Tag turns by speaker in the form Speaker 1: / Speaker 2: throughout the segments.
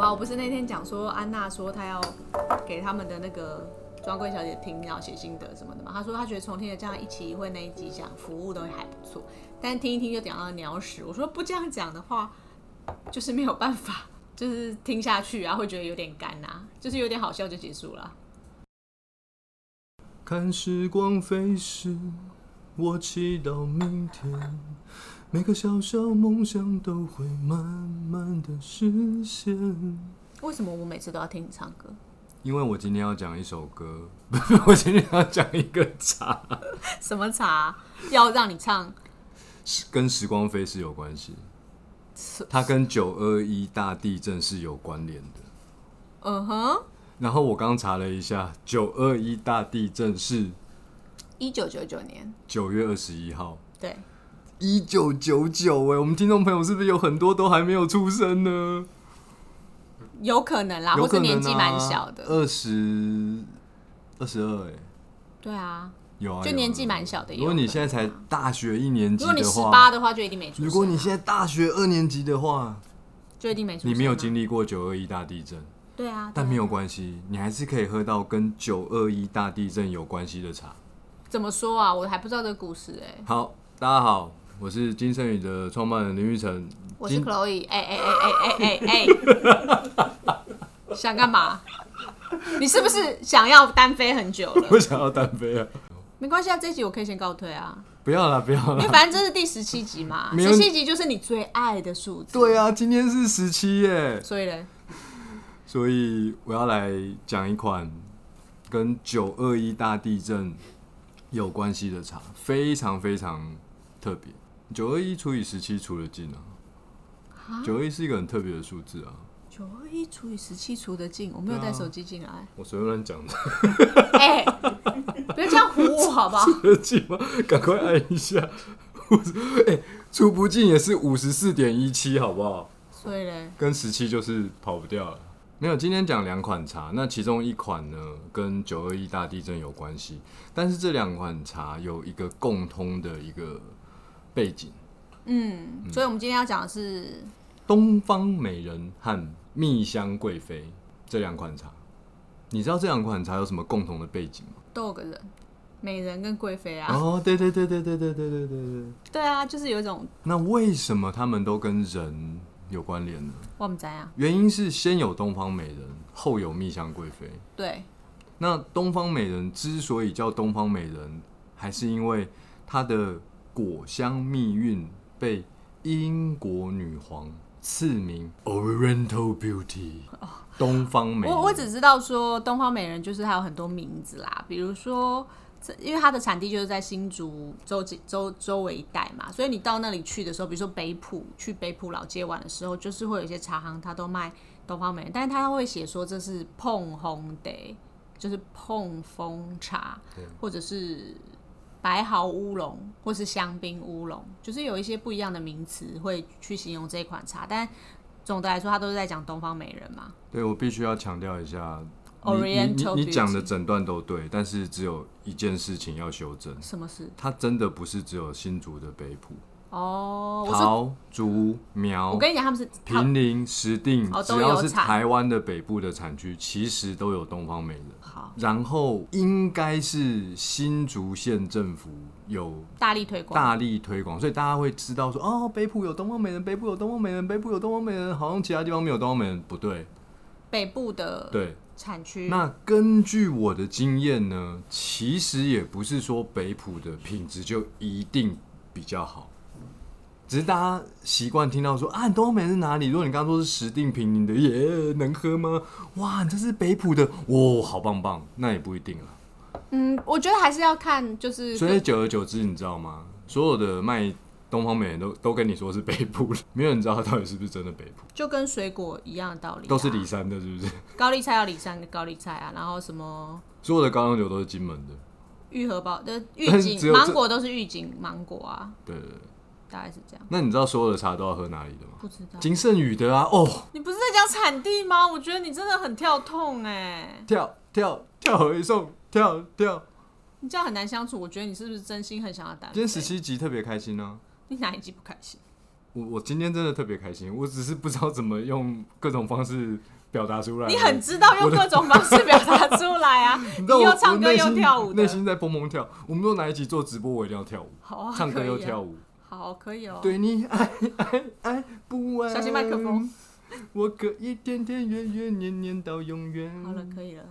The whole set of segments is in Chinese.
Speaker 1: 啊，我不是那天讲说安娜说她要给他们的那个专柜小姐听，然后写心得什么的嘛。她说她觉得从天的这样一期一会那一集讲服务都还不错，但听一听就讲到鸟屎。我说不这样讲的话，就是没有办法，就是听下去啊，会觉得有点干呐、就是有点好笑就结束了。
Speaker 2: 看时光飞逝，我祈祷明天，每个小小梦想都会慢慢的实现。
Speaker 1: 为什么我每次都要听你唱歌？
Speaker 2: 因为我今天要讲一首歌， 不是我今天要讲一个茶，
Speaker 1: 什么茶要让你唱？
Speaker 2: 是跟时光飞逝有关系，它跟九二一大地震是有关联的。
Speaker 1: 嗯哼，
Speaker 2: 然后我刚查了一下，九二一大地震是
Speaker 1: 一九九九年，
Speaker 2: 九月二十一号，
Speaker 1: 对，
Speaker 2: 一九九九哎，我们听众朋友是不是有很多都还没有出生呢？
Speaker 1: 有可能啦，
Speaker 2: 有
Speaker 1: 或
Speaker 2: 可
Speaker 1: 是
Speaker 2: 能、啊、
Speaker 1: 年纪蛮小的。
Speaker 2: 二十二十二哎，
Speaker 1: 对啊，
Speaker 2: 有啊，
Speaker 1: 就
Speaker 2: 有啊
Speaker 1: 年纪蛮小的也
Speaker 2: 如
Speaker 1: 有可能啊
Speaker 2: 果你现在才大学一年级
Speaker 1: 如果你
Speaker 2: 的
Speaker 1: 十
Speaker 2: 话，
Speaker 1: 八的话，就一定没出生啊。
Speaker 2: 如果你现在大学二年级的话，
Speaker 1: 就一定没出生啊
Speaker 2: 你没有经历过九二一大地震，
Speaker 1: 对啊，
Speaker 2: 但
Speaker 1: 对啊
Speaker 2: 没有关系，你还是可以喝到跟九二一大地震有关系的茶。
Speaker 1: 怎么说啊，我还不知道这个故事哎、
Speaker 2: 好，大家好，我是金盛宇的创办人林玉成。
Speaker 1: 我是
Speaker 2: 今
Speaker 1: Chloe，哎哎哎哎哎哎哎，想干嘛？你是不是想要单飞很久了？
Speaker 2: 我想要单飞啊！
Speaker 1: 没关系啊，这一集我可以先告退啊，
Speaker 2: 不要了，不要
Speaker 1: 因为
Speaker 2: 了。
Speaker 1: 反正这是第十七集嘛，
Speaker 2: 没有
Speaker 1: 十七集就是你最爱的数字。
Speaker 2: 对啊，今天是十七耶，
Speaker 1: 所以呢，
Speaker 2: 所以我要来讲一款跟九二一大地震有关系的茶，非常非常特别。九二一除以十七除了进啊，九二一是一个很特别的数字啊。
Speaker 1: 九二一除以十七除得进，我没有
Speaker 2: 对
Speaker 1: 带
Speaker 2: 啊
Speaker 1: 手机进来。
Speaker 2: 我随便乱讲的，
Speaker 1: 哎、不要这样唬我好不 好？
Speaker 2: 进吗？赶快按一下。 哎、除不进也是五十四点一七，好不好？
Speaker 1: 所以呢，
Speaker 2: 跟十七就是跑不掉了。没有，今天讲两款茶，那其中一款呢跟九二一大地震有关系，但是这两款茶有一个共通的一个背景：
Speaker 1: 嗯，所以我们今天要讲的是
Speaker 2: 东方美人和蜜香贵妃这两款茶。你知道这两款茶有什么共同的背景吗？
Speaker 1: 都有个人，美人跟贵妃啊。
Speaker 2: 哦，对对对对对对对对对对。
Speaker 1: 对啊，就是有一种
Speaker 2: 那为什么他们都跟人有关联呢？
Speaker 1: 我们怎样？
Speaker 2: 原因是先有东方美人，后有蜜香贵妃。
Speaker 1: 对，
Speaker 2: 那东方美人之所以叫东方美人，还是因为她的果香蜜韵被英国女皇赐名 Oriental Beauty，东方美人。
Speaker 1: 我我只知道说东方美人就是它有很多名字啦，比如说这，因为它的产地就是在新竹周几周周围一带嘛，所以你到那里去的时候，比如说北浦去北浦老街玩的时候，就是会有一些茶行，它都卖东方美人，但是它会写说这是碰红的，就是碰风茶
Speaker 2: 对，
Speaker 1: 或者是。白毫乌龙或是香槟乌龙，就是有一些不一样的名词会去形容这一款茶，但总的来说，它都是在讲东方美人嘛。
Speaker 2: 对我必须要强调一下。你你
Speaker 1: Oriental
Speaker 2: 你你讲的
Speaker 1: Beauty
Speaker 2: 整段都对，但是只有一件事情要修正，
Speaker 1: 什么事？
Speaker 2: 它真的不是只有新竹的北埔、
Speaker 1: 哦，我说，
Speaker 2: 桃竹苗
Speaker 1: 我、跟你讲，他们是他
Speaker 2: 平林、石碇，
Speaker 1: 哦都
Speaker 2: 只要
Speaker 1: 有
Speaker 2: 是
Speaker 1: 产
Speaker 2: 台湾的北部的产区，其实都有东方美人。
Speaker 1: 好
Speaker 2: 然后应该是新竹县政府有
Speaker 1: 大力推广，
Speaker 2: 大力推广，所以大家会知道说，哦，北埔有东方美人，北埔有东方美人，北埔有东方美人，好像其他地方没有东方美人，不对，
Speaker 1: 北部的
Speaker 2: 对。
Speaker 1: 产区，
Speaker 2: 那根据我的经验呢，其实也不是说北埔的品质就一定比较好，只是大家习惯听到说啊，你东方美人是哪里？如果你刚刚说是石定平林的，耶，能喝吗？哇，你这是北埔的，哇，好棒棒，那也不一定啊。
Speaker 1: 嗯，我觉得还是要看，就是
Speaker 2: 所以久而久之，你知道吗？所有的卖东方美人都都跟你说是北部的，没有人知道它到底是不是真的北部，
Speaker 1: 就跟水果一样的道理啊、
Speaker 2: 都是里山的，是不 是？
Speaker 1: 高丽菜要里山的高丽菜啊，然后什么
Speaker 2: 所有的高粱酒都是金门的，
Speaker 1: 玉荷包 的郁
Speaker 2: 但是只
Speaker 1: 金
Speaker 2: 有这
Speaker 1: 芒果都是郁金芒果啊，
Speaker 2: 对对对。
Speaker 1: 大概是这样，
Speaker 2: 那你知道所有的茶都要喝哪里的吗？
Speaker 1: 不知道。
Speaker 2: 金圣宇的啊，哦，
Speaker 1: 你不是在讲产地吗？我觉得你真的很跳痛哎、
Speaker 2: 跳跳跳回送，跳跳。
Speaker 1: 啊你这样很难相处。我觉得你是不是真心很想要单飞？
Speaker 2: 今天十七集特别开心呢、啊
Speaker 1: 你哪一集不开心？
Speaker 2: 我我今天真的特别开心，我只是不知道怎么用各种方式表达出来。
Speaker 1: 你很知道用各种方式表达出来啊！
Speaker 2: 你
Speaker 1: 你
Speaker 2: 知道我
Speaker 1: 又唱歌
Speaker 2: 我内心
Speaker 1: 又跳舞的
Speaker 2: 内，心在蹦蹦跳。我们若哪一集做直播，我一定要跳舞，
Speaker 1: 好啊，
Speaker 2: 唱歌又
Speaker 1: 可以啊
Speaker 2: 跳舞。
Speaker 1: 好可以哦。
Speaker 2: 对你爱爱爱不完，
Speaker 1: 小心麦克风。
Speaker 2: 我可以天天月月年年到永远。
Speaker 1: 好了，可以了。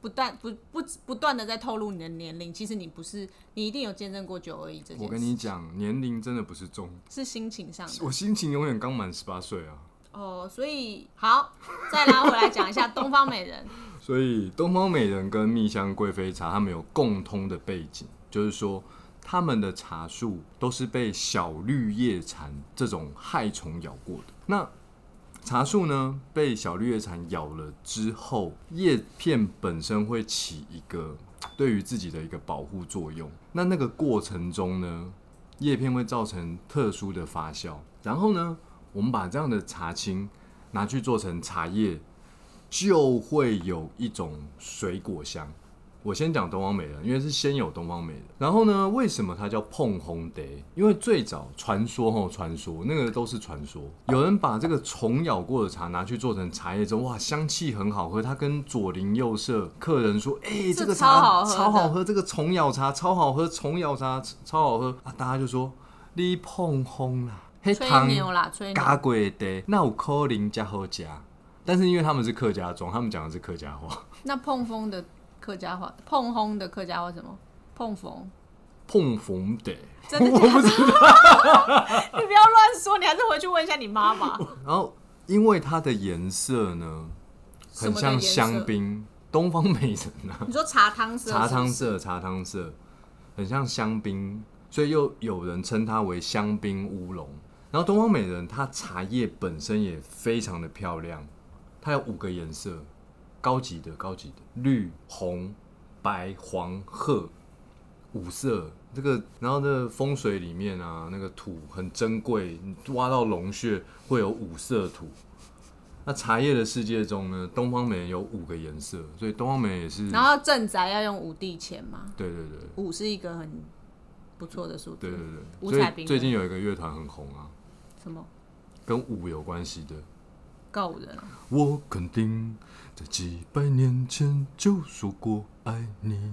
Speaker 1: 不断不不不断的在透露你的年龄，其实你不是，你一定有见证过九而已这件事。
Speaker 2: 我跟你讲，年龄真的不是重，
Speaker 1: 是心情上的
Speaker 2: 我心情永远刚满十八岁啊。
Speaker 1: 哦，所以好，再拉回来讲一下东方美 人。
Speaker 2: 所以东方美人跟蜜香贵妃茶，他们有共通的背景，就是说他们的茶树都是被小绿叶蝉这种害虫咬过的。那茶树呢，被小绿叶蝉咬了之后，叶片本身会起一个对于自己的一个保护作用。那那个过程中呢，叶片会造成特殊的发酵。然后呢，我们把这样的茶青拿去做成茶叶，就会有一种水果香。我先讲东方美人，因为是先有东方美人。然后呢，为什么它叫碰红蝶？因为最早传说吼，传说那个都是传说，有人把这个虫咬过的茶拿去做成茶叶之后，哇，香气很好喝。他跟左邻右舍客人说：“哎、
Speaker 1: 这
Speaker 2: 这个
Speaker 1: 超好
Speaker 2: 茶
Speaker 1: 喝的
Speaker 2: 超好喝，这个虫咬茶超好喝，虫咬茶超好喝啊！”大家就说：“你碰红啦，黑
Speaker 1: 吹
Speaker 2: 糖
Speaker 1: 牛啦，吹牛。
Speaker 2: 嘎鬼的，那有可能加好加。但是因为他们是客家庄，他们讲的是客 家话，
Speaker 1: 那碰风的客家话，碰轰的客家话什么？碰 风？
Speaker 2: 碰逢的。
Speaker 1: 真的假的？你不要乱说，你还是回去问一下你妈妈。
Speaker 2: 然后因为它的颜色呢，
Speaker 1: 什
Speaker 2: 很
Speaker 1: 么的
Speaker 2: 像
Speaker 1: 颜色
Speaker 2: 香槟，东方美人啊，
Speaker 1: 你说茶汤色是不
Speaker 2: 茶
Speaker 1: 是？
Speaker 2: 汤色，茶汤色，很像香槟，所以又有人称它为香槟乌龙。然后东方美人它茶叶本身也非常的漂亮，它有五个颜色，高级的高级的绿、红、白、黄、褐五色。这个，然后这风水里面啊，那个土很珍贵，你挖到龙穴会有五色土。那茶叶的世界中呢，东方美人有五个颜色，所以东方美人也是
Speaker 1: 然后正宅要用五帝钱嘛，
Speaker 2: 对对对
Speaker 1: 五是一个很不错的数字。
Speaker 2: 对对对，
Speaker 1: 嗯五
Speaker 2: 所
Speaker 1: 彩
Speaker 2: 以
Speaker 1: 缤
Speaker 2: 最
Speaker 1: 纷。
Speaker 2: 近有一个乐团很红啊，
Speaker 1: 什么
Speaker 2: 跟舞有关系的。
Speaker 1: 告五人啊？
Speaker 2: 我肯定在几百年前就说过爱你。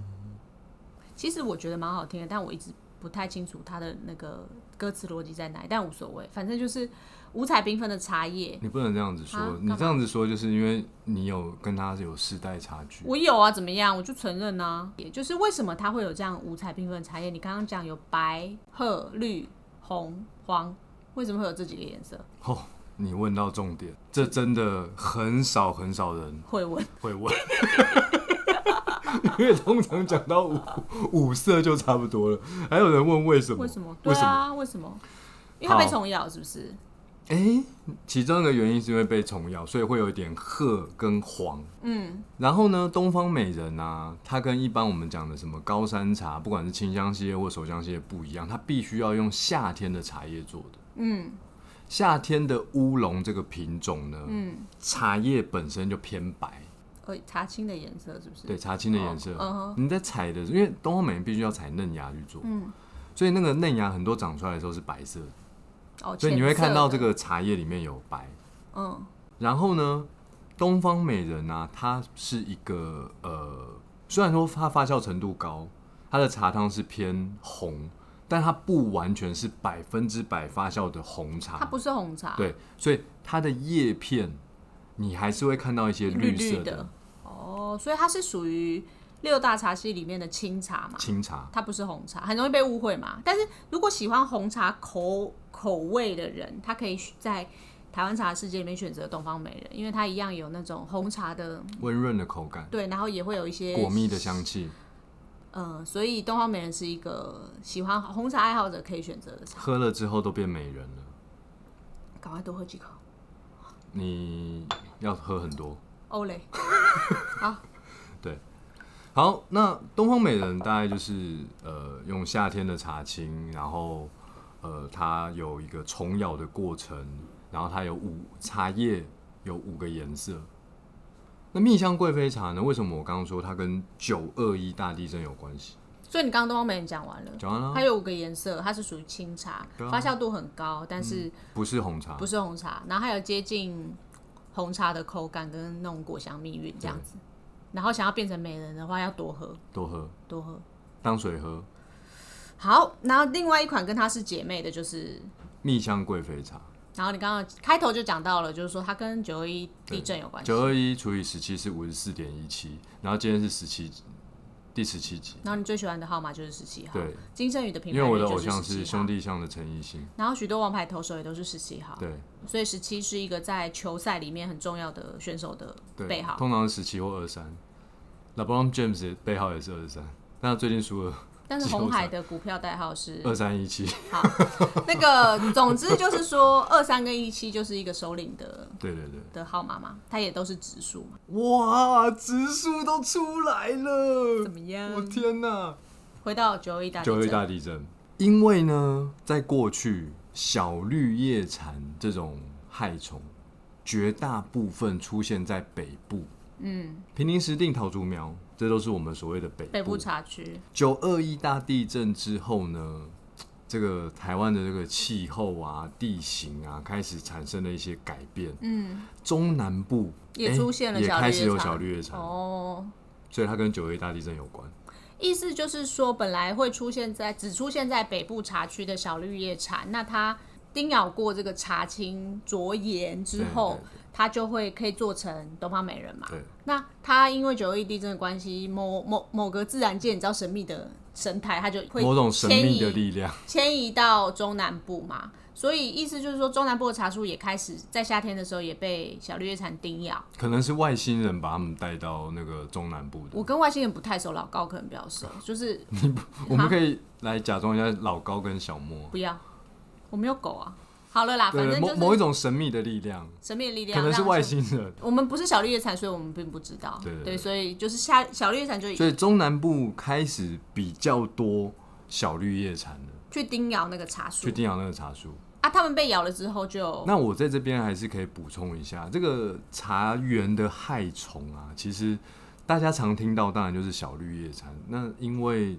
Speaker 1: 其实我觉得蛮好听的，但我一直不太清楚它的那个歌词逻辑在哪里，但无所谓，反正就是五彩缤纷的茶叶。
Speaker 2: 你不能这样子说
Speaker 1: 啊，
Speaker 2: 你
Speaker 1: 干嘛
Speaker 2: 这样子说就是因为你有跟他有世代差距。
Speaker 1: 我有啊，怎么样？我就承认啊，也就是为什么它会有这样五彩缤纷的茶叶？你刚刚讲有白、褐、绿、红、黄，为什么会有这几个颜色？
Speaker 2: 哦，你问到重点，这真的很少很少人
Speaker 1: 会问，
Speaker 2: 会 问，因为通常讲到五五色就差不多了，还有人问为什么？
Speaker 1: 为什么？对
Speaker 2: 为什么？
Speaker 1: 啊，为什么？因为它被
Speaker 2: 好
Speaker 1: 虫咬，是不是？
Speaker 2: 哎、其中一个原因是因为被虫咬，所以会有一点褐跟黄。
Speaker 1: 嗯，
Speaker 2: 然后呢，东方美人啊，它跟一般我们讲的什么高山茶，不管是清香系列或手香系列不一样，它必须要用夏天的茶叶做的。
Speaker 1: 嗯，
Speaker 2: 夏天的乌龙这个品种呢，
Speaker 1: 嗯，
Speaker 2: 茶叶本身就偏白，
Speaker 1: 呃，茶青的颜色是不是？
Speaker 2: 对，茶青的颜色。
Speaker 1: 哦嗯哼
Speaker 2: 你在采的，因为东方美人必须要采嫩芽去做，
Speaker 1: 嗯，
Speaker 2: 所以那个嫩芽很多长出来的时候是白色的，
Speaker 1: 哦，
Speaker 2: 所以你会
Speaker 1: 浅色的
Speaker 2: 看到这，个茶叶里面有白。
Speaker 1: 嗯，
Speaker 2: 然后呢，东方美人啊，它是一个呃，虽然说它发酵程度高，它的茶汤是偏红，但它不完全是百分之百发酵的红茶。
Speaker 1: 它不是红茶，，
Speaker 2: 对，所以它的叶片你还是会看到一些
Speaker 1: 绿
Speaker 2: 绿色
Speaker 1: 的，哦，所以它是属于六大茶系里面的清茶嘛，
Speaker 2: 清茶。
Speaker 1: 它不是红茶，很容易被误会嘛。但是如果喜欢红茶口口味的人，他可以在台湾茶的世界里面选择东方美人，因为它一样有那种红茶的
Speaker 2: 温润的口感，
Speaker 1: 对，然后也会有一些
Speaker 2: 果蜜的香气，
Speaker 1: 嗯、所以东方美人是一个喜欢红茶爱好者可以选择的茶。
Speaker 2: 喝了之后都变美人了。
Speaker 1: 赶快多喝几口，
Speaker 2: 你要喝很多。
Speaker 1: 欧 蕾。
Speaker 2: 好，那东方美人大概就是呃用夏天的茶青，然后呃它有一个虫咬的过程，然后它有五茶叶有五个颜色。那蜜香贵妃茶呢？为什么我刚刚说它跟九二一大地震有关系？
Speaker 1: 所以你刚刚东方美人讲完了，
Speaker 2: 讲完了
Speaker 1: 它有五个颜色，它是属于清茶，
Speaker 2: 啊对啊嗯
Speaker 1: 发酵度很高，但是
Speaker 2: 不是红茶，
Speaker 1: 不是红茶，然后还有接近红茶的口感跟那种果香蜜韵这样子。然后想要变成美人的话，要多喝
Speaker 2: 多喝
Speaker 1: 多喝。
Speaker 2: 当水喝，
Speaker 1: 好，然后另外一款跟它是姐妹的，就是，
Speaker 2: 蜜香贵妃茶，
Speaker 1: 然后你刚刚开头就讲到了，就是说它跟九二一地震有关系。
Speaker 2: 九二一除以十七是五十四点一七，然后今天是十七，第十七集，
Speaker 1: 然后你最喜欢的号码就是十七号，
Speaker 2: 对，
Speaker 1: 金圣宇的品牌
Speaker 2: 因为我的
Speaker 1: 就
Speaker 2: 偶像是
Speaker 1: 17号
Speaker 2: 兄，弟象的陈奕迅，
Speaker 1: 然后许多王牌投手也都是十七号，
Speaker 2: 对
Speaker 1: 所以十七是一个在球赛里面很重要的选手的
Speaker 2: 对
Speaker 1: 背，号。
Speaker 2: 通常是十七或二三，LeBron James 的背号也是二三，但他最近输了
Speaker 1: 但是红海的股票代号是
Speaker 2: 二三一七，
Speaker 1: 好，那个总之就是说，二三跟一七就是一个首领的
Speaker 2: 对对对，
Speaker 1: 的号码嘛，它也都是指数嘛。
Speaker 2: 哇，植树都出来了
Speaker 1: 怎，么样
Speaker 2: 我？天哪！
Speaker 1: 回到九一大地
Speaker 2: 九二
Speaker 1: 震，
Speaker 2: 大地震，因为呢，在过去小绿叶蝉这种害虫，绝大部分出现在北部，
Speaker 1: 嗯，
Speaker 2: 平林石定、桃竹苗，这都是我们所谓的北部。
Speaker 1: 北部茶区，
Speaker 2: 九二一大地震之后呢，这个台湾的这个气候啊、地形啊，开始产生了一些改变。
Speaker 1: 嗯，
Speaker 2: 中南部
Speaker 1: 也
Speaker 2: 哎
Speaker 1: 出现了
Speaker 2: 也
Speaker 1: 小绿叶
Speaker 2: 开始有
Speaker 1: 蝉
Speaker 2: 小绿叶蝉，
Speaker 1: 哦。
Speaker 2: 所以它跟九二一大地震有关。
Speaker 1: 意思就是说，本来会出现在只出现在北部茶区的小绿叶蝉，那它叮咬过这个茶青着岩之后
Speaker 2: 对对，
Speaker 1: 它就会可以做成东方美人嘛。
Speaker 2: 对，
Speaker 1: 那它因为九二一地震的关系，某某某个自然界你知道神秘的神台，它就会
Speaker 2: 某种神秘
Speaker 1: 迁移
Speaker 2: 的力量。
Speaker 1: 迁移到中南部嘛。所以意思就是说，中南部的茶树也开始在夏天的时候也被小绿叶蝉叮咬。
Speaker 2: 可能是外星人把他们带到那个中南部的。
Speaker 1: 我跟外星人不太熟，老高可能比较熟，就是
Speaker 2: 我们可以来假装一下老高跟小莫，
Speaker 1: 不要，我没有狗啊。好了啦，啊反
Speaker 2: 对
Speaker 1: 正就
Speaker 2: 某某
Speaker 1: 是
Speaker 2: 一种神秘的力量，
Speaker 1: 神秘的力量，
Speaker 2: 可能是
Speaker 1: 让
Speaker 2: 外。星人。
Speaker 1: 我们不是小绿叶蝉，所以我们并不知道。
Speaker 2: 对对对
Speaker 1: 所以就是夏小绿叶蝉就
Speaker 2: 所以中南部开始比较多小绿叶蝉了，
Speaker 1: 去叮咬那个茶树哦
Speaker 2: 去叮咬那个茶树。
Speaker 1: 啊，他们被咬了之后就
Speaker 2: 那我在这边还是可以补充一下，这个茶园的害虫啊，其实大家常听到，当然就是小绿叶蝉。那因为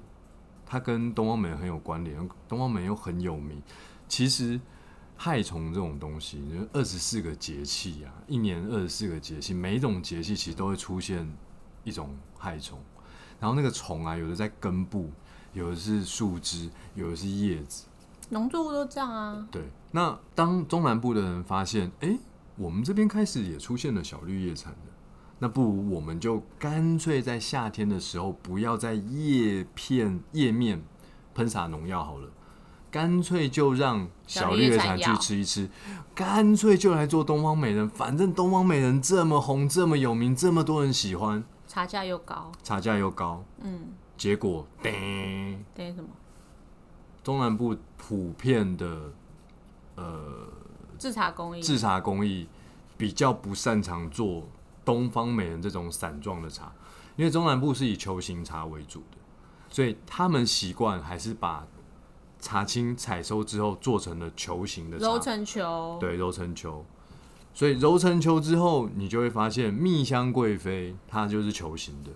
Speaker 2: 它跟东方美人很有关联，东方美人又很有名。其实害虫这种东西，就是二十四个节气啊，一年二十四个节气，每一种节气其实都会出现一种害虫。然后那个虫啊，有的在根部，有的是树枝，有的是叶子。
Speaker 1: 农作物都这样啊。
Speaker 2: 对，那当中南部的人发现，哎、我们这边开始也出现了小绿叶蝉了，那不如我们就干脆在夏天的时候，不要在叶片叶面喷洒农药好了，干脆就让小绿叶蝉去吃一吃，干脆就来做东方美人，反正东方美人这么红，这么有名，这么多人喜欢，
Speaker 1: 茶价又高，
Speaker 2: 茶价又高，
Speaker 1: 嗯，
Speaker 2: 结果，叮
Speaker 1: 等于什么？
Speaker 2: 中南部普遍的，呃。
Speaker 1: 制茶工艺，
Speaker 2: 制茶工艺比较不擅长做东方美人这种散状的茶，因为中南部是以球形茶为主的，所以他们习惯还是把茶青采收之后做成了球形的
Speaker 1: 揉
Speaker 2: 茶，
Speaker 1: 成球，
Speaker 2: 对，揉成球。所以揉成球之后，你就会发现蜜香贵妃它就是球形的，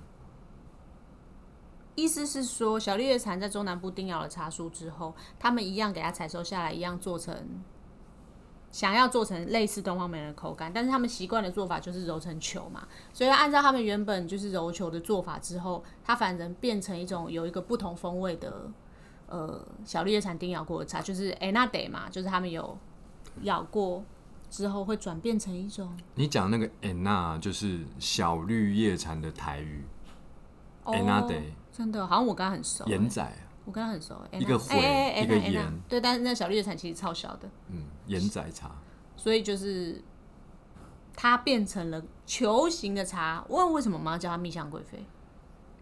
Speaker 1: 意思是说，小绿叶蝉在中南部叮咬了茶树之后，他们一样给它采收下来，一样做成想要做成类似东方美人的口感，但是他们习惯的做法就是揉成球嘛，所以按照他们原本就是揉球的做法之后，它反正变成一种有一个不同风味的呃小绿叶蝉叮咬过的茶，就是哎那得嘛，就是他们有咬过之后会转变成一种
Speaker 2: 你讲那个 Anna 就是小绿叶蝉的台语
Speaker 1: 哦
Speaker 2: Anna Day
Speaker 1: 真的好像我跟他很熟欸、
Speaker 2: 盐仔，
Speaker 1: 我跟他很熟欸，
Speaker 2: 一个
Speaker 1: 哎那
Speaker 2: 回
Speaker 1: 哎哎哎
Speaker 2: 一个
Speaker 1: 那哎那
Speaker 2: 言
Speaker 1: 对，但是那小绿叶蝉其实超小的，
Speaker 2: 嗯，盐仔茶，
Speaker 1: 所以就是它变成了球形的茶。问为什么我们要叫它蜜香贵妃？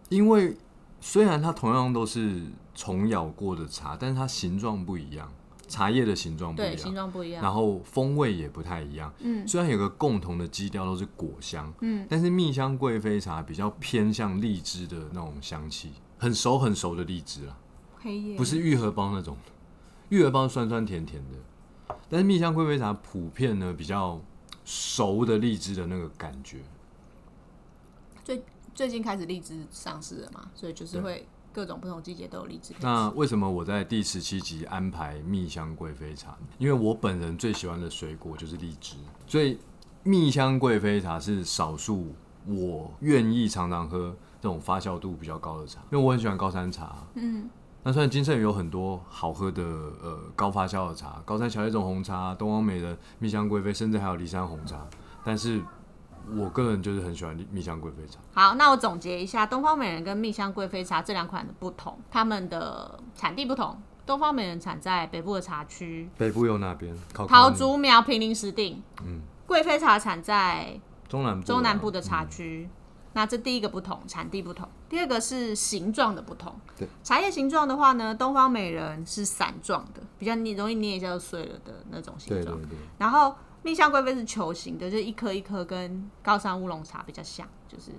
Speaker 2: 因为虽然它同样都是虫咬过的茶，但是它形状不一样，茶叶的形状不
Speaker 1: 对，
Speaker 2: 一
Speaker 1: 形
Speaker 2: 样，
Speaker 1: 状不一样。
Speaker 2: 然后风味也不太一样。
Speaker 1: 嗯
Speaker 2: 虽然有个共同的基调都是果香，
Speaker 1: 嗯，
Speaker 2: 但是蜜香贵妃茶比较偏向荔枝的那种香气，很熟很熟的荔枝啦，
Speaker 1: 黑夜
Speaker 2: 不是玉荷包那种，玉荷包酸酸甜甜的，但是蜜香贵妃茶普遍呢比较熟的荔枝的那个感觉，
Speaker 1: 最最近开始荔枝上市了嘛，所以就是会各种不同季节都有荔枝可以吃。
Speaker 2: 那为什么我在第十七集安排蜜香贵妃茶？因为我本人最喜欢的水果就是荔枝，所以蜜香贵妃茶是少数我愿意常常喝这种发酵度比较高的茶，因为我很喜欢高山茶。
Speaker 1: 嗯，
Speaker 2: 那虽然金盛宇有很多好喝的呃高发酵的茶，高山小叶种红茶、东方美人、蜜香贵妃，甚至还有骊山红茶，但是我个人就是很喜欢蜜香贵妃茶。
Speaker 1: 好，那我总结一下，东方美人跟蜜香贵妃茶这两款的不同，它们的产地不同。东方美人产在北部的茶区，
Speaker 2: 北部有哪边？靠
Speaker 1: 桃
Speaker 2: 高雄
Speaker 1: 竹苗、平林、石碇。
Speaker 2: 嗯，
Speaker 1: 贵妃茶产在
Speaker 2: 中南部啊
Speaker 1: 中南部的茶区。那这第一个不同，产地不同；第二个是形状的不同。
Speaker 2: 对，
Speaker 1: 茶叶形状的话呢，东方美人是伞状的，比较捏容易捏一下就碎了的那种形
Speaker 2: 对对
Speaker 1: 状。
Speaker 2: 对。
Speaker 1: 然后蜜香贵妃是球形的，就是一颗一颗，跟高山乌龙茶比较像，就是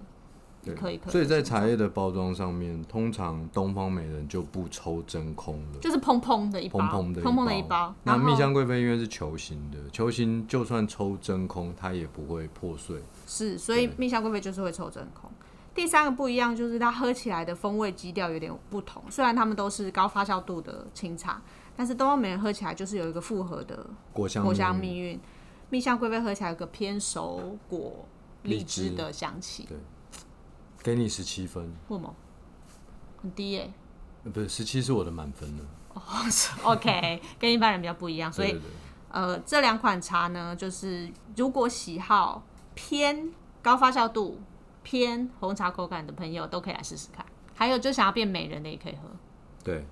Speaker 1: 一
Speaker 2: 对
Speaker 1: 颗一颗的形状。
Speaker 2: 所以在茶叶的包装上面，通常东方美人就不抽真空了，
Speaker 1: 就是砰砰的一包，
Speaker 2: 蓬蓬的
Speaker 1: 砰砰的一包。
Speaker 2: 那
Speaker 1: 然后
Speaker 2: 蜜香贵妃因为是球形的，球形就算抽真空，它也不会破碎。
Speaker 1: 是，所以蜜香贵妃就是会抽真空。第三个不一样就是它喝起来的风味基调有点不同，虽然它们都是高发酵度的清茶，但是东方美人喝起来就是有一个复合的
Speaker 2: 果香
Speaker 1: 果香
Speaker 2: 蜜
Speaker 1: 蜜韵，蜜香贵妃喝起来有个偏熟果荔
Speaker 2: 荔
Speaker 1: 枝
Speaker 2: 枝
Speaker 1: 的香气，
Speaker 2: 给你十七分，
Speaker 1: 为什么？很低耶、 哦
Speaker 2: 呃不是十七是我的满分了。
Speaker 1: OK，跟一般人比较不一样，所以
Speaker 2: 对对对
Speaker 1: 呃，这两款茶呢，就是如果喜好偏高发酵度、偏红茶口感的朋友，都可以来试试看。还有就想要变美人的也可以喝，
Speaker 2: 对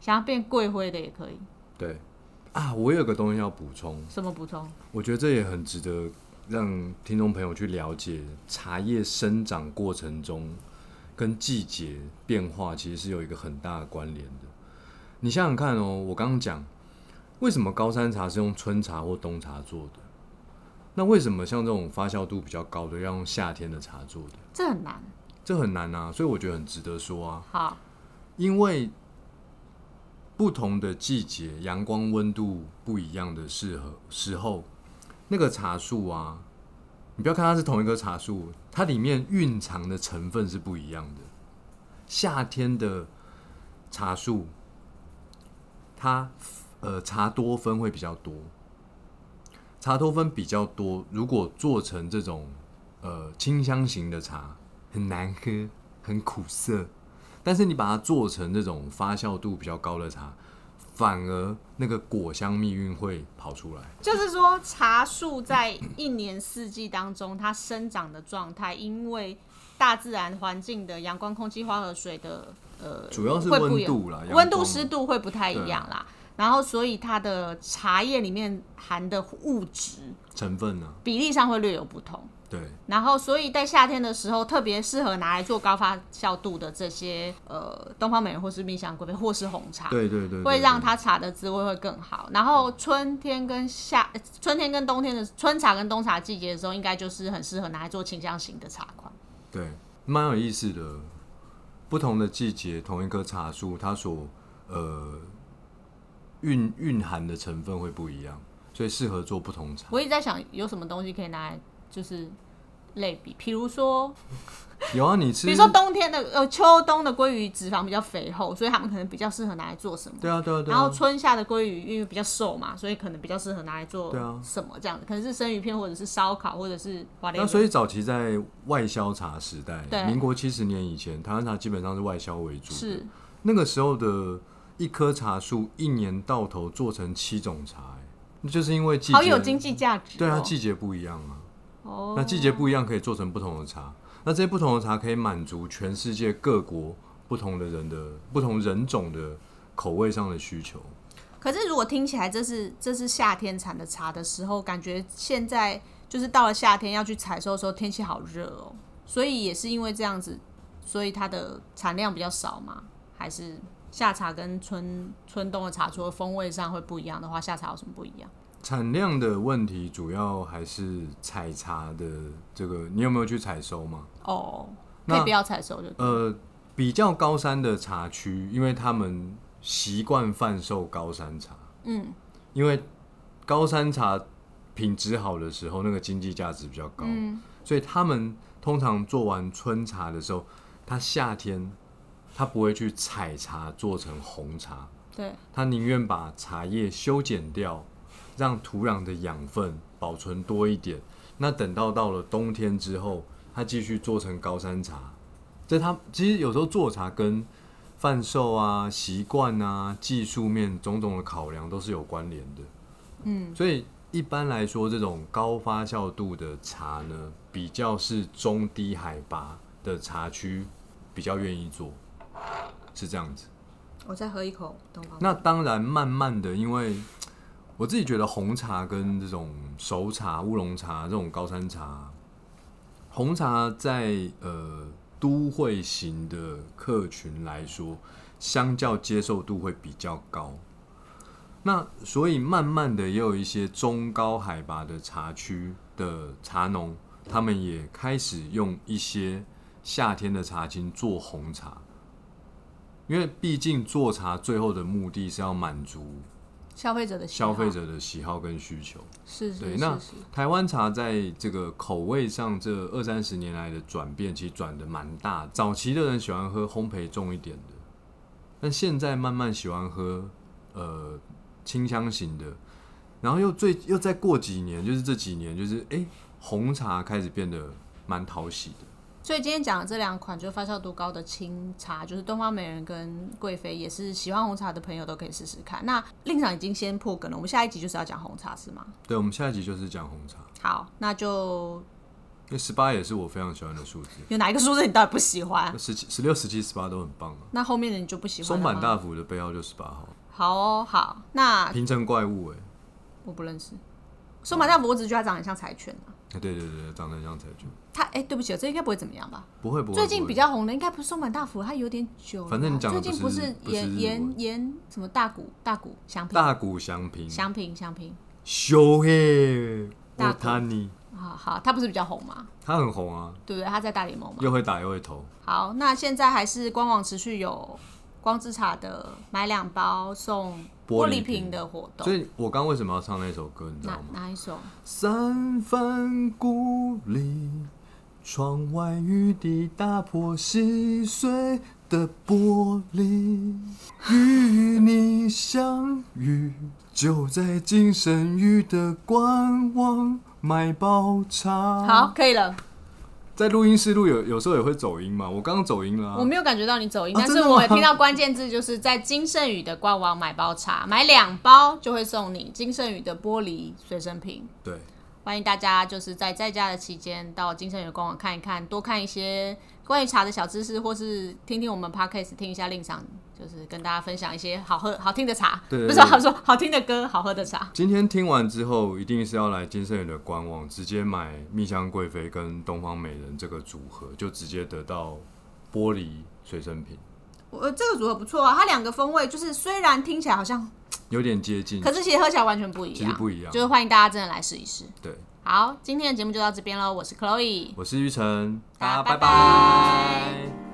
Speaker 1: 想要变贵妃的也可以。
Speaker 2: 对啊，我有个东西要补充，
Speaker 1: 什么补充？
Speaker 2: 我觉得这也很值得让听众朋友去了解茶叶生长过程中跟季节变化其实是有一个很大的关联的。你想想看哦，我刚刚讲为什么高山茶是用春茶或冬茶做的，那为什么像这种发酵度比较高的要用夏天的茶做的？
Speaker 1: 这很难。
Speaker 2: 这很难啊，所以我觉得很值得说啊。
Speaker 1: 好，
Speaker 2: 因为不同的季节，阳光温度不一样的适合时候，那个茶树啊，你不要看它是同一棵茶树，它里面蕴藏的成分是不一样的。夏天的茶树，它呃茶多酚会比较多，茶多酚比较多，如果做成这种呃清香型的茶，很难喝，很苦涩。但是你把它做成这种发酵度比较高的茶，反而那个果香蜜韵会跑出来。
Speaker 1: 就是说茶树在一年四季当中，它生长的状态，因为大自然环境的阳光、空气、花和水的呃
Speaker 2: 主要是
Speaker 1: 会不
Speaker 2: 温
Speaker 1: 一样
Speaker 2: 度啦，阳
Speaker 1: 温度、
Speaker 2: 光啊
Speaker 1: 湿度会不太一样啦。然后，所以它的茶叶里面含的物质
Speaker 2: 成分呢、
Speaker 1: 比例上会略有不同。
Speaker 2: 对，
Speaker 1: 然后，所以在夏天的时候，特别适合拿来做高发酵度的这些呃东方美人，或是蜜香贵妃，或是红茶，
Speaker 2: 对对对对，
Speaker 1: 啊会让
Speaker 2: 对
Speaker 1: 它茶的滋味会更好。然后春天跟夏、呃春天跟冬天的春茶跟冬茶季节的时候，应该就是很适合拿来做清香型的茶款。
Speaker 2: 对蛮有意思的。不同的季节，同一棵茶树，它所呃蕴蕴含的成分会不一样，所以适合做不同茶。
Speaker 1: 我一直在想，有什么东西可以拿来就是类比，比如说
Speaker 2: 有啊，你吃
Speaker 1: 比如说冬天的呃秋冬的鲑鱼脂肪比较肥厚，所以他们可能比较适合拿来做什么。
Speaker 2: 对啊对啊对
Speaker 1: 然后
Speaker 2: 啊，
Speaker 1: 春夏的鲑鱼因为比较瘦嘛，所以可能比较适合拿来做
Speaker 2: 对啊
Speaker 1: 什么这样子，可能是生鱼片或者是烧烤或者是 w
Speaker 2: 那
Speaker 1: h
Speaker 2: 所以早期在外销茶时
Speaker 1: 对
Speaker 2: 代，民国七十年以前，台湾茶基本上是外销为主的，
Speaker 1: 是
Speaker 2: 那个时候的一棵茶树，一年到头做成七种茶、欸，那就是因为季节，
Speaker 1: 好有经济价值、哦。
Speaker 2: 对啊，季节不一样啊。
Speaker 1: 哦
Speaker 2: 那季节不一样，可以做成不同的茶。那这些不同的茶可以满足全世界各国不同的人的不同人种的口味上的需求。
Speaker 1: 可是如果听起来这是这是夏天产的茶的时候，感觉现在就是到了夏天要去采收的时候，天气好热哦，所以也是因为这样子，所以它的产量比较少嘛，还是夏茶跟春春冬的茶，除了风味上会不一样的话，夏茶有什么不一样？
Speaker 2: 产量的问题主要还是采茶的这个，你有没有去采收嘛？
Speaker 1: 哦，
Speaker 2: 那
Speaker 1: 可以不要采收就对
Speaker 2: 呃，比较高山的茶区，因为他们习惯贩售高山茶，
Speaker 1: 嗯，
Speaker 2: 因为高山茶品质好的时候，那个经济价值比较高，所以他们通常做完春茶的时候，它夏天。他不会去采茶做成红茶，
Speaker 1: 对，
Speaker 2: 他宁愿把茶叶修剪掉，让土壤的养分保存多一点。那等到到了冬天之后，他继续做成高山茶。这他其实有时候做茶跟贩售啊、习惯啊、技术面种种的考量都是有关联的。嗯，所以一般来说，这种高发酵度的茶呢，比较是中低海拔的茶区比较愿意做，是这样子。
Speaker 1: 我再喝一口东方。
Speaker 2: 那当然，慢慢的，因为我自己觉得红茶跟这种熟茶、乌龙茶这种高山茶，红茶在呃都会型的客群来说，相较接受度会比较高。那所以慢慢的，也有一些中高海拔的茶区的茶农，他们也开始用一些夏天的茶青做红茶。因为毕竟做茶最后的目的是要满足
Speaker 1: 消费者的喜好
Speaker 2: 消费者的喜好跟需求。
Speaker 1: 是
Speaker 2: 对
Speaker 1: 是
Speaker 2: 那
Speaker 1: 是是，
Speaker 2: 台湾茶在这个口味上，这二三十年来的转变，其实转的蛮大。早期的人喜欢喝烘焙重一点的，但现在慢慢喜欢喝呃清香型的，然后又最又再过几年，就是这几年，就是哎、诶红茶开始变得蛮讨喜的。
Speaker 1: 所以今天讲的这两款就发酵度高的清茶，就是东方美人跟贵妃，也是喜欢红茶的朋友都可以试试看。那令长已经先破梗了，我们下一集就是要讲红茶是吗？
Speaker 2: 对，我们下一集就是讲红茶，
Speaker 1: 好，那就
Speaker 2: 因为十八也是我非常喜欢的数字，
Speaker 1: 有哪一个数字你到底不喜欢？
Speaker 2: 十七、十六、十七、十八都很棒啊。
Speaker 1: 那后面的你就不喜欢
Speaker 2: 松
Speaker 1: 了吗
Speaker 2: 坂大辅的背号就十八号，
Speaker 1: 好哦，好，那
Speaker 2: 平成怪物哎、
Speaker 1: 我不认识松坂大辅，我只是觉得他长得很像柴犬啊。
Speaker 2: 啊对对对，长得很像柴犬，
Speaker 1: 他哎、对不起，这应该不会怎么样吧？
Speaker 2: 不会不会。
Speaker 1: 最近
Speaker 2: 不会
Speaker 1: 比较红的应该不是松坂大辅，他有点久了吧。
Speaker 2: 反正你讲的
Speaker 1: 最近
Speaker 2: 不是
Speaker 1: 是
Speaker 2: 不是
Speaker 1: 严
Speaker 2: 日
Speaker 1: 严
Speaker 2: 文
Speaker 1: 严什么大谷大谷祥平
Speaker 2: 大谷翔平、
Speaker 1: 祥平祥平
Speaker 2: 修嘿、
Speaker 1: 大
Speaker 2: 我
Speaker 1: 谷
Speaker 2: 他尼，
Speaker 1: 啊，好，他不是比较红吗？
Speaker 2: 他很红啊，
Speaker 1: 对不对？他在大联盟嘛。
Speaker 2: 又会打又会投。
Speaker 1: 好，那现在还是官网持续有光之茶的买两包送玻
Speaker 2: 玻
Speaker 1: 璃
Speaker 2: 璃瓶
Speaker 1: 瓶的活动
Speaker 2: 所。以哦我刚为什么要唱那首歌，你知
Speaker 1: 哪
Speaker 2: 道吗？
Speaker 1: 哪一首？
Speaker 2: 三番故里，窗外雨滴打破细碎的玻璃，与你相遇，就在金神玉的官网买包茶。
Speaker 1: 好，，可以了。
Speaker 2: 在录音室录有有时候也会走音嘛，我刚刚走音了、
Speaker 1: 我
Speaker 2: 啊。
Speaker 1: 没有感觉到你走音，
Speaker 2: 啊
Speaker 1: 但是
Speaker 2: 真的吗
Speaker 1: 我听到关键字就是在金圣宇的官网买包茶，买两包就会送你金圣宇的玻璃随身瓶。
Speaker 2: 对，
Speaker 1: 欢迎大家就是在在家的期间到金圣宇官网看一看，多看一些关于茶的小知识，或是听听我们 podcast，听一下令赏，就是跟大家分享一些好 喝好听的茶，
Speaker 2: 对对
Speaker 1: 不是
Speaker 2: 对
Speaker 1: 好说好听的歌，好喝的茶。
Speaker 2: 今天听完之后，一定是要来金圣宇的官网直接买蜜香贵妃跟东方美人这个组合，就直接得到玻璃随身瓶，
Speaker 1: 我这个组合不错啊，它两个风味就是虽然听起来好像，
Speaker 2: 有点接近。
Speaker 1: 可是其实喝起来完全不一
Speaker 2: 其实
Speaker 1: 样，
Speaker 2: 不一样
Speaker 1: 就是欢迎大家真的来试一试。
Speaker 2: 对，
Speaker 1: 好，今天的节目就到这边喽，我是 Chloe。
Speaker 2: 我是玉成，
Speaker 1: 大家拜拜
Speaker 2: 拜